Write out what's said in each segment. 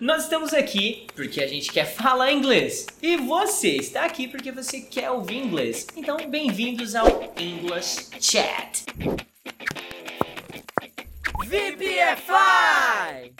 Nós estamos aqui porque a gente quer falar inglês. E você está aqui porque você quer ouvir inglês. Então, bem-vindos ao English Chat. VPFI!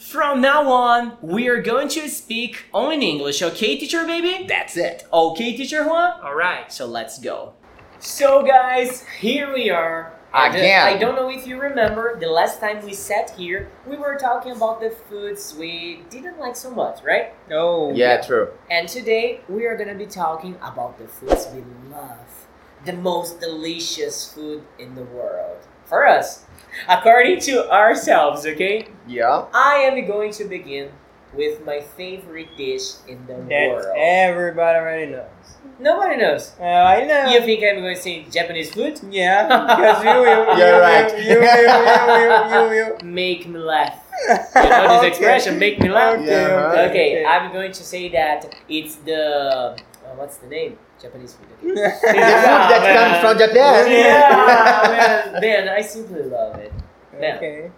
From now on, we are going to speak only in English, okay, teacher baby? That's it. Okay, teacher Juan? Alright, so let's go. So, guys, here we are. Again. I don't know if you remember, the last time we sat here, we were talking about the foods we didn't like so much, right? Oh. Yeah, true. And today we are gonna be talking about the foods we love, the most delicious food in the world for us, according to ourselves. Okay, Yeah. I am going to begin with my favorite dish in the That world. everybody already knows. Nobody knows. Uh, I know. You think I'm going to say Japanese food? yeah, because you will. You're you right. Will, you will. You will. You will. Make me laugh. You You know this expression, make me laugh. Okay, Yeah, uh-huh. okay, right. Okay, I'm going to say that it's the uh, what's the name? Japanese food. okay. The food that man. comes from Japan. Yeah, man, man, I simply love it. Yeah. okay.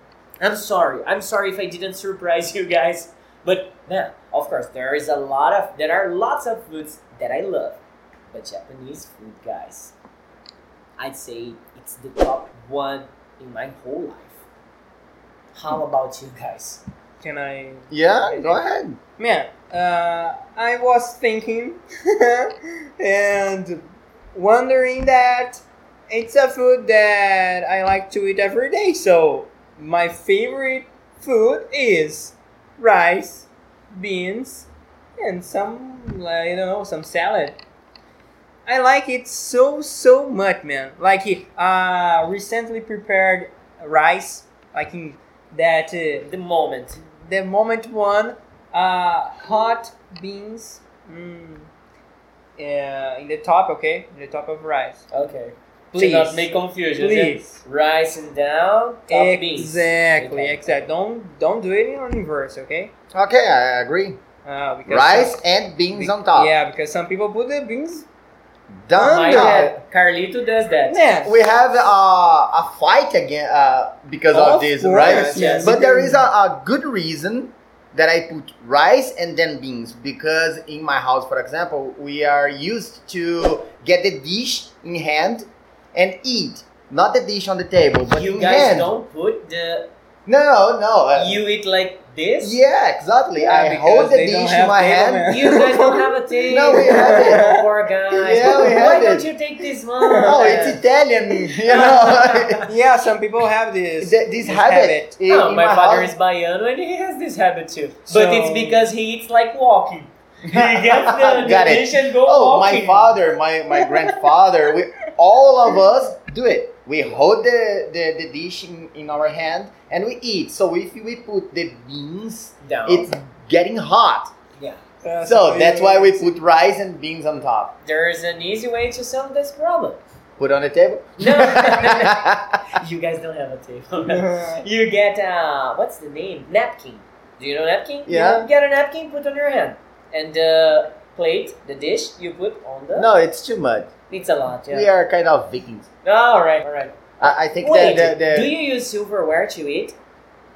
I'm sorry. I'm sorry if I didn't surprise you guys. But man, of course, there is a lot of there are lots of foods that I love. But Japanese food, guys, I'd say it's the top one in my whole life. How about you guys? Can I? yeah, go ahead. Man, uh, I was thinking and wondering that it's a food that I like to eat every day. So my favorite food is rice, beans, and some like, I don't know some salad. I like it so so much, man. Like uh, recently prepared rice, like in that. Uh, The moment. the moment one uh, hot beans mm, uh, in the top okay in the top of rice Okay. Please. Do not make confusion. please Rising down, top beans. exactly Okay. exactly don't don't do it in reverse okay Okay, I agree. uh, because Rice some- and beans be- on top. yeah because some people put the beans My Done. dad, now. Carlito does that. yeah We have uh, a fight again uh, because of, Of this, course, right? yes. But there is a, a good reason that I put rice and then beans because in my house, for example, we are used to get the dish in hand and eat, not the dish on the table, but you in guys hand. don't put the No, no. uh, you eat like this. Yeah, exactly. Yeah, I hold because the they don't dish have in my table hand. manners. You guys don't have a table. No, we have it. Poor guys. Yeah, we Why have don't it. you take this one? Oh, it's Italian, you know. yeah some people have this Th- this habit. in- No, Oh, in my father house. is Baiano and he has this habit too. So- But it's because he eats like walking. He gets the, the Got it. dish and go Oh, walking. my father, my, my grandfather, we all of us do it. We hold the, the, the dish in, in our hand and we eat. So if we put the beans, Down. it's getting hot. yeah. Uh, So some that's people- why we put rice and beans on top. There is an easy way to solve this problem. Put on the table. No, no, no. You guys don't have a table. you get uh, what's the name? Napkin. Do you know napkin? Yeah. You get a napkin, put on your hand, and the plate, the dish, you put on the. no, it's too much. It's a lot. We Yeah. are kind of Vikings. All right, all right. I, I think Wait, that the, the, do you use silverware to eat?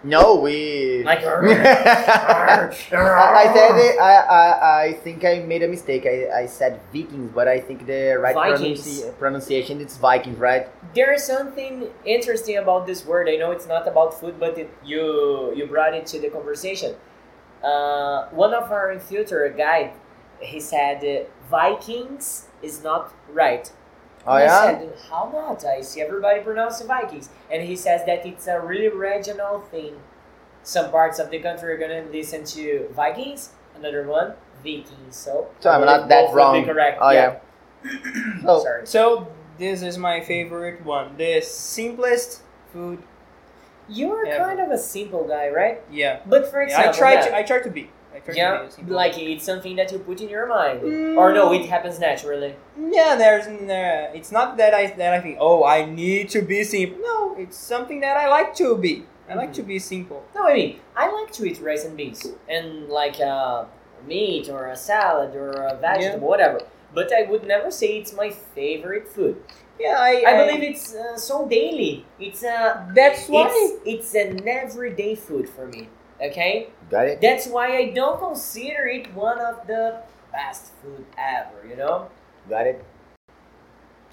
No, we. Like- I, I said it, I, I I think I made a mistake. I, I said Vikings, but I think the right Vikings. pronunci- pronunciation is Vikings, right? There is something interesting about this word. I know it's not about food, but it, you you brought it to the conversation. Uh, one of our future guide, he said uh, Vikings is not right. Oh I yeah. said, how not? I see everybody pronounce the Vikings. And he says that it's a really regional thing. Some parts of the country are going to listen to Vikings, another one, Vikings. So, So I'm I believe not both would that be wrong. correct. Oh yeah. Oh. Sorry. so this is my favorite one the simplest food You're Yeah. kind of a simple guy, right? yeah, But for yeah example, i try yeah, to i try to be I try to yeah, be a simple like it's something that you put in your mind. Mm. Or no, it happens naturally. Yeah, there's. Uh, it's not that I that I think. Oh, I need to be simple. No, it's something that I like to be. I like to be simple. No, I mean, I like to eat rice and beans and like uh, meat or a salad or a vegetable, whatever. But I would never say it's my favorite food. Yeah, I. I believe it's uh, so daily. It's a That's why. it's, it's an everyday food for me. Okay, Got it? that's why I don't consider it one of the best food ever. You know, Got it?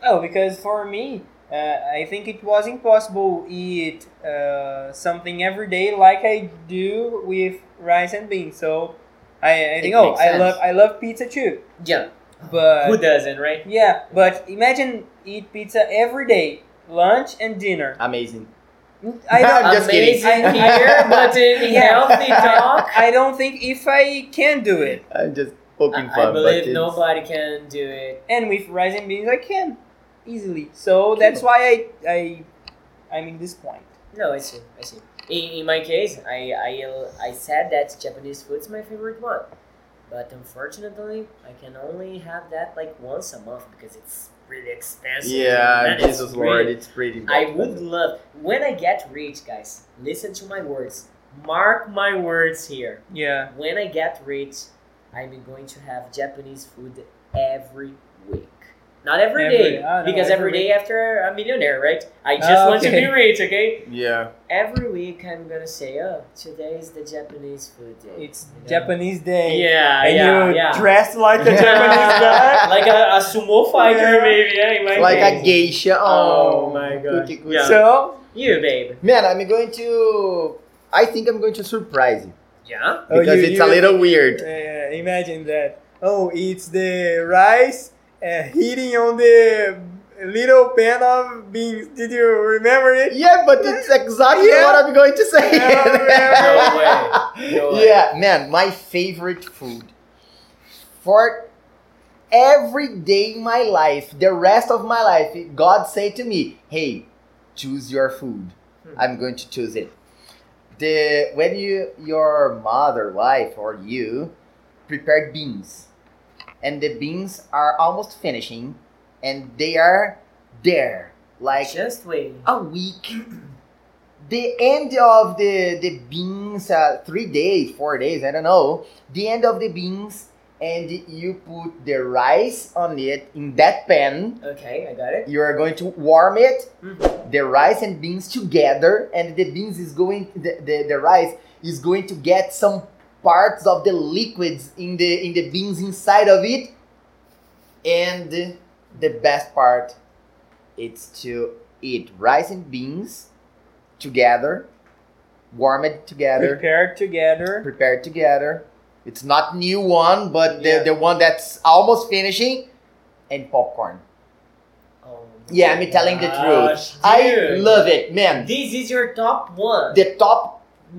Oh, because for me, uh, I think it was impossible eat uh, something every day like I do with rice and beans. So I, I think It oh makes I sense. love I love pizza too. yeah. Who But Uh, doesn't, right? yeah, but imagine eat pizza every day, lunch and dinner. Amazing. I don't. I'm just kidding. Amazing here, but in Yeah. healthy talk. I don't think if I can do it, I'm just poking I, I fun. believe but it's- nobody can do it. and with rice and beans I can easily. So that's why I I I'm in this point. No, I see. I see. In, in my case, I, I I said that Japanese food is my favorite one, but unfortunately, I can only have that like once a month because it's really expensive. Yeah, and it's Jesus Lord, really- it's pretty bad. I would love when I get rich, guys. Listen to my words. Mark my words here. Yeah. When I get rich, I'm going to have Japanese food every week. Not Every- every day, ah, no, because every every day after I'm a millionaire, right? I just Ah, want to be okay. rich, okay? Yeah. Every week I'm gonna say, oh, today is the Japanese food day. It's you know? Japanese day. Yeah, and yeah, you yeah. dress like a Yeah. Japanese guy. like a, a sumo fighter, Yeah. maybe. Yeah, in my Like a case. geisha. Oh Oh, my gosh. gosh. Yeah. So, you, babe. Man, I'm going to. I think I'm going to surprise you Yeah. Oh, because you- it's you- a little weird. uh, imagine that. Oh, it's the rice uh, heating on the little pan of beans. Did you remember it? Yeah, but it's exactly Yeah. what I'm going to say. Yeah, No way. yeah, man, my favorite food for every day in my life, the rest of my life, God said to me, "Hey, choose your food. Hmm. I'm going to choose it." The when you your mother, wife, or you prepared beans, and the beans are almost finishing, and they are there, like Just waiting. a week. The end of the the beans, uh, three days, four days, I don't know. The end of the beans, and you put the rice on it in that pan. Okay, I got it. You are going to warm it, Mhm. the rice and beans together, and the beans is going, the, the, the rice is going to get some parts of the liquids in the in the beans inside of it. And the best part it's to eat rice and beans together, warm it together, Prepared together. prepared together. It's not new one, but the, Yeah. the one that's almost finishing, and popcorn. Oh my Yeah, I'm telling the gosh, truth. I dude. love it, man. This is your top one. The top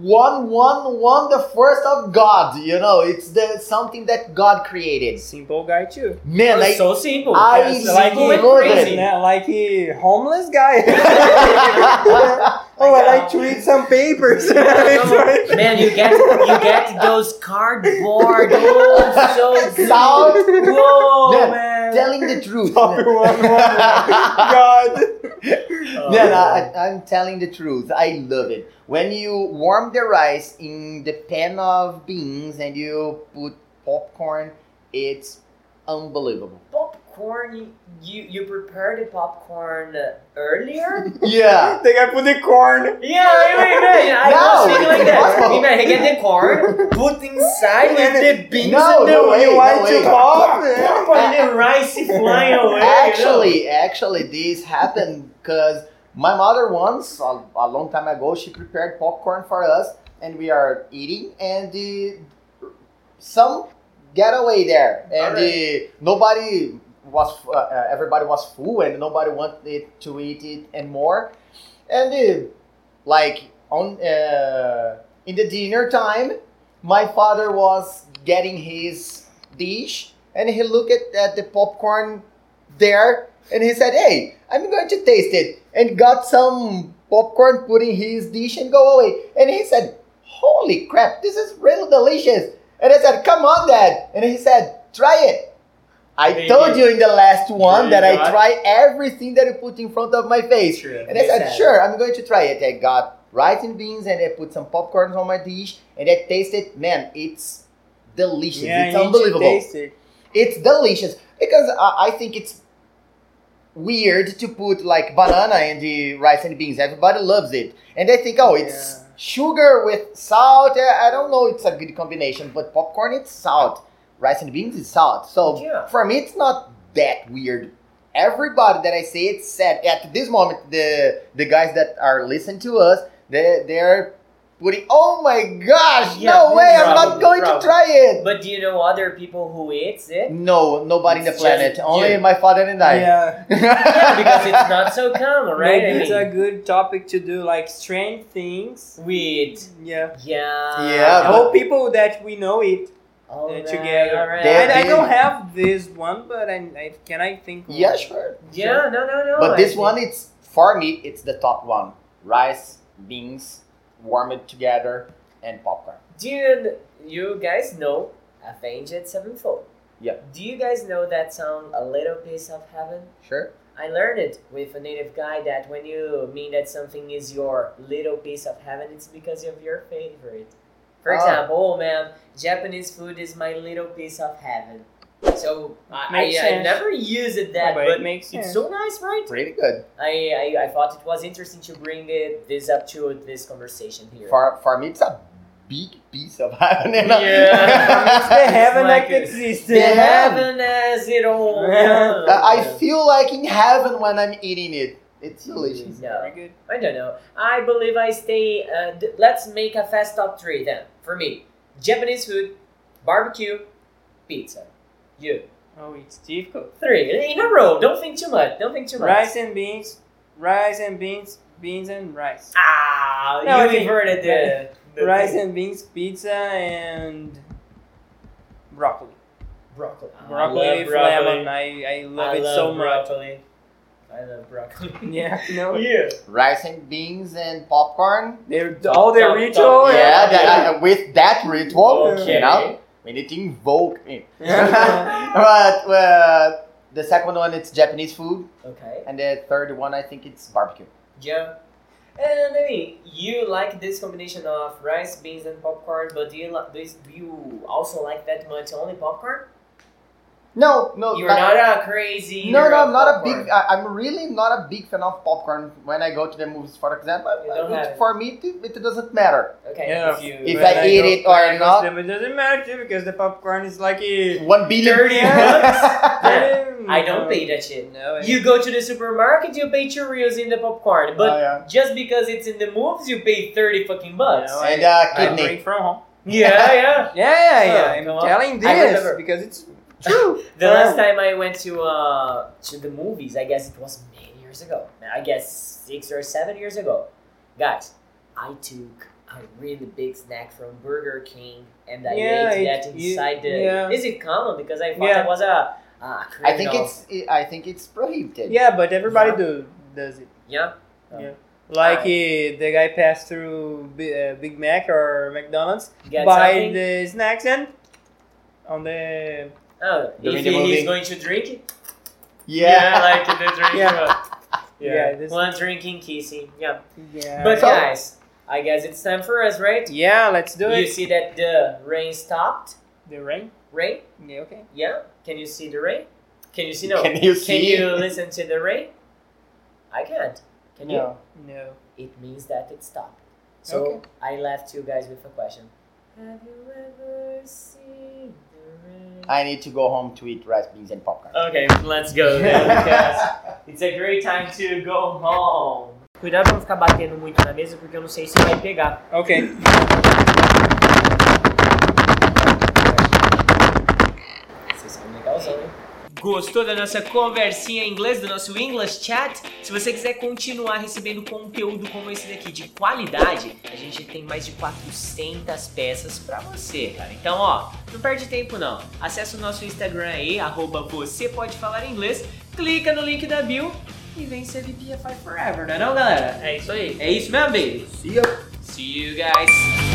one, one, one, the first of God. You know, it's the something that God created. Simple guy too. Man, It's I so simple. I It's like love going it. crazy. Nah, Oh, Like he homeless guy. Oh, I like to read some papers. um, Man, you get you get those cardboard. Oh, so good. Sound. Whoa, Man, man. telling the truth. God. Oh, Man, I, I- I'm telling the truth. I love it. When you warm the rice in the pan of beans and you put popcorn, it's unbelievable. popcorn. You you prepare the popcorn earlier? Yeah. They gotta put the corn. yeah, I mean, man, I was No, thinking like it's that. impossible. Imagine, I get the corn, put inside with the beans No, and the no way, you want no to way. pop, pop and the rice flying away. you know? actually, actually, this happened because my mother once, a, a long time ago, she prepared popcorn for us, and we are eating, and the, some got away there, Alright. and the, nobody was, uh, uh, everybody was full, and nobody wanted to eat it and more, and the, like on uh, in the dinner time, my father was getting his dish, and he looked at, at the popcorn there and he said, Hey, I'm going to taste it. And got some popcorn, put in his dish, and go away. And he said, Holy crap, this is really delicious. And I said, Come on, Dad. And he said, Try it. I There you told go. you in the last one you that I got it. try everything that you put in front of my face. True. And I said, Sad. Sure, I'm going to try it. I got rice and beans and I put some popcorn on my dish and I tasted, man, it's delicious. Yeah, it's you should unbelievable. taste it. It's delicious because I, I think it's weird to put like banana in the rice and beans. Everybody loves it, and I think, oh, it's sugar with salt. Eh, I I don't know. It's a good combination, but popcorn it's salt. Rice and beans is salt. So Yeah. for me, it's not that weird. Everybody that I say it said at this moment, the the guys that are listening to us, they they're putting. Oh my gosh! Yeah, no way! I'm not probably, going probably. to try it. But do you know other people who eats it? No, nobody in the It's planet. just Only you. my father and I. Yeah, yeah, because it's not so common, right? maybe I it's a mean, good topic to do like strange things. weird. Yeah, Yeah. Yeah, I but- hope people that we know it All uh, right, together. all right. They're I, I big. don't have this one, but I, I can I think. of- Yeah, sure. Yeah, no, no, no. But I this think- one, it's for me, it's the top one. Rice, beans, warm it together, and popcorn. Do you, you guys know Avenged Sevenfold? Yeah. Do you guys know that song, A Little Piece of Heaven? Sure. I learned it with a native guy that when you mean that something is your little piece of heaven, it's because of your favorite. For Ah. example, oh man, Japanese food is my little piece of heaven. So I, Makes I, I sense. never used it that, but but it makes it's sense. so nice, right? Pretty good. I, I, I thought it was interesting to bring it, this up to this conversation here. For for me, it's a big piece of heaven. you know? Yeah. It's the heaven like that a- exists. the Yeah. heaven as it all. Yeah. Uh, I I feel like in heaven when I'm eating it. It's Mm. delicious. No. Very good. I don't know. I believe I stay. Uh, th- let's make a fast top three then. For me, Japanese food, barbecue, pizza. You Oh, it's difficult. three in a row. Don't think too much. Don't think too much. Rice and beans, rice and beans, beans and rice. Ah, No, I you think- inverted the, the Rice and beans, pizza and broccoli. broccoli. I Broccoli love with broccoli. lemon. I, I love I it love so much. broccoli. I love broccoli. Yeah, no. Yeah. Rice and beans and popcorn. They're all the Top, ritual. top, yeah, Oh, yeah. that, uh, with that ritual, Okay. you know, we need to invoke it. Yeah. but uh, the second one, it's Japanese food, Okay. and the third one, I think it's barbecue. Yeah. And I mean, you like this combination of rice, beans, and popcorn, but do you like this? Do you also like that much only popcorn? No, no, You're not a crazy. No, eater no, of I'm not a popcorn. big. I, I'm really not a big fan of popcorn when I go to the movies. For example, You don't It- have it. for me, it, it doesn't matter. Okay. Yeah, If you, If when I eat go- when it or I go to not- them, It doesn't matter because the popcorn is like a. One billion. Dirty yeah, I don't pay that shit. No, You go to the supermarket, you pay Cheerios in the popcorn, but Oh, yeah. just because it's in the movies, you pay thirty fucking bucks. No, And uh, I kidney. bring from home. Yeah, yeah. Oh, Yeah, yeah, yeah. come I'm on. telling I this remember. because it's true. The last time I went to uh to the movies, I guess it was many years ago. I guess six or seven years ago. Guys, I took a really big snack from Burger King and I Yeah, ate it- that you- inside the. yeah. Is it common? Because I thought Yeah. it was a. Uh, I think it's. I think it's prohibited. Yeah, but everybody Yeah. do does it. yeah. Alright. Like eh, the guy passed through B- uh, Big Mac or McDonald's, Get buy something. the snacks and on the oh, During if the he- movie. he's going to drink it. Yeah. like the drink. Yeah. Yeah. Yeah, this- One drinking, kissing. Yeah. yeah. But So- guys, I guess it's time for us, right? yeah, let's do You it. see that the rain stopped. The rain. Rain. Yeah, okay. Yeah. Can you see the rain? Can you see? No. Can you see? you listen to the rain? I can't. Can you? No. No. It means that it stopped. So Okay. I left you guys with a question. Have you ever seen the rain? I need to go home to eat rice, beans, and popcorn. Okay, let's go then, because it's a great time to go home. Cuidado pra não ficar batendo muito na mesa, porque eu não sei se vai pegar. Okay. Vocês são legalzão, hein? Gostou da nossa conversinha em inglês, do nosso English Chat? Se você quiser continuar recebendo conteúdo como esse daqui de qualidade, a gente tem mais de 400 peças pra você, cara. Então, ó, não perde tempo não. Acesse o nosso Instagram aí, arroba você pode falar inglês, clica no link da bio e vem ser VPFI Forever, não é não, galera? É isso aí. É isso mesmo, baby. See ya. See you guys.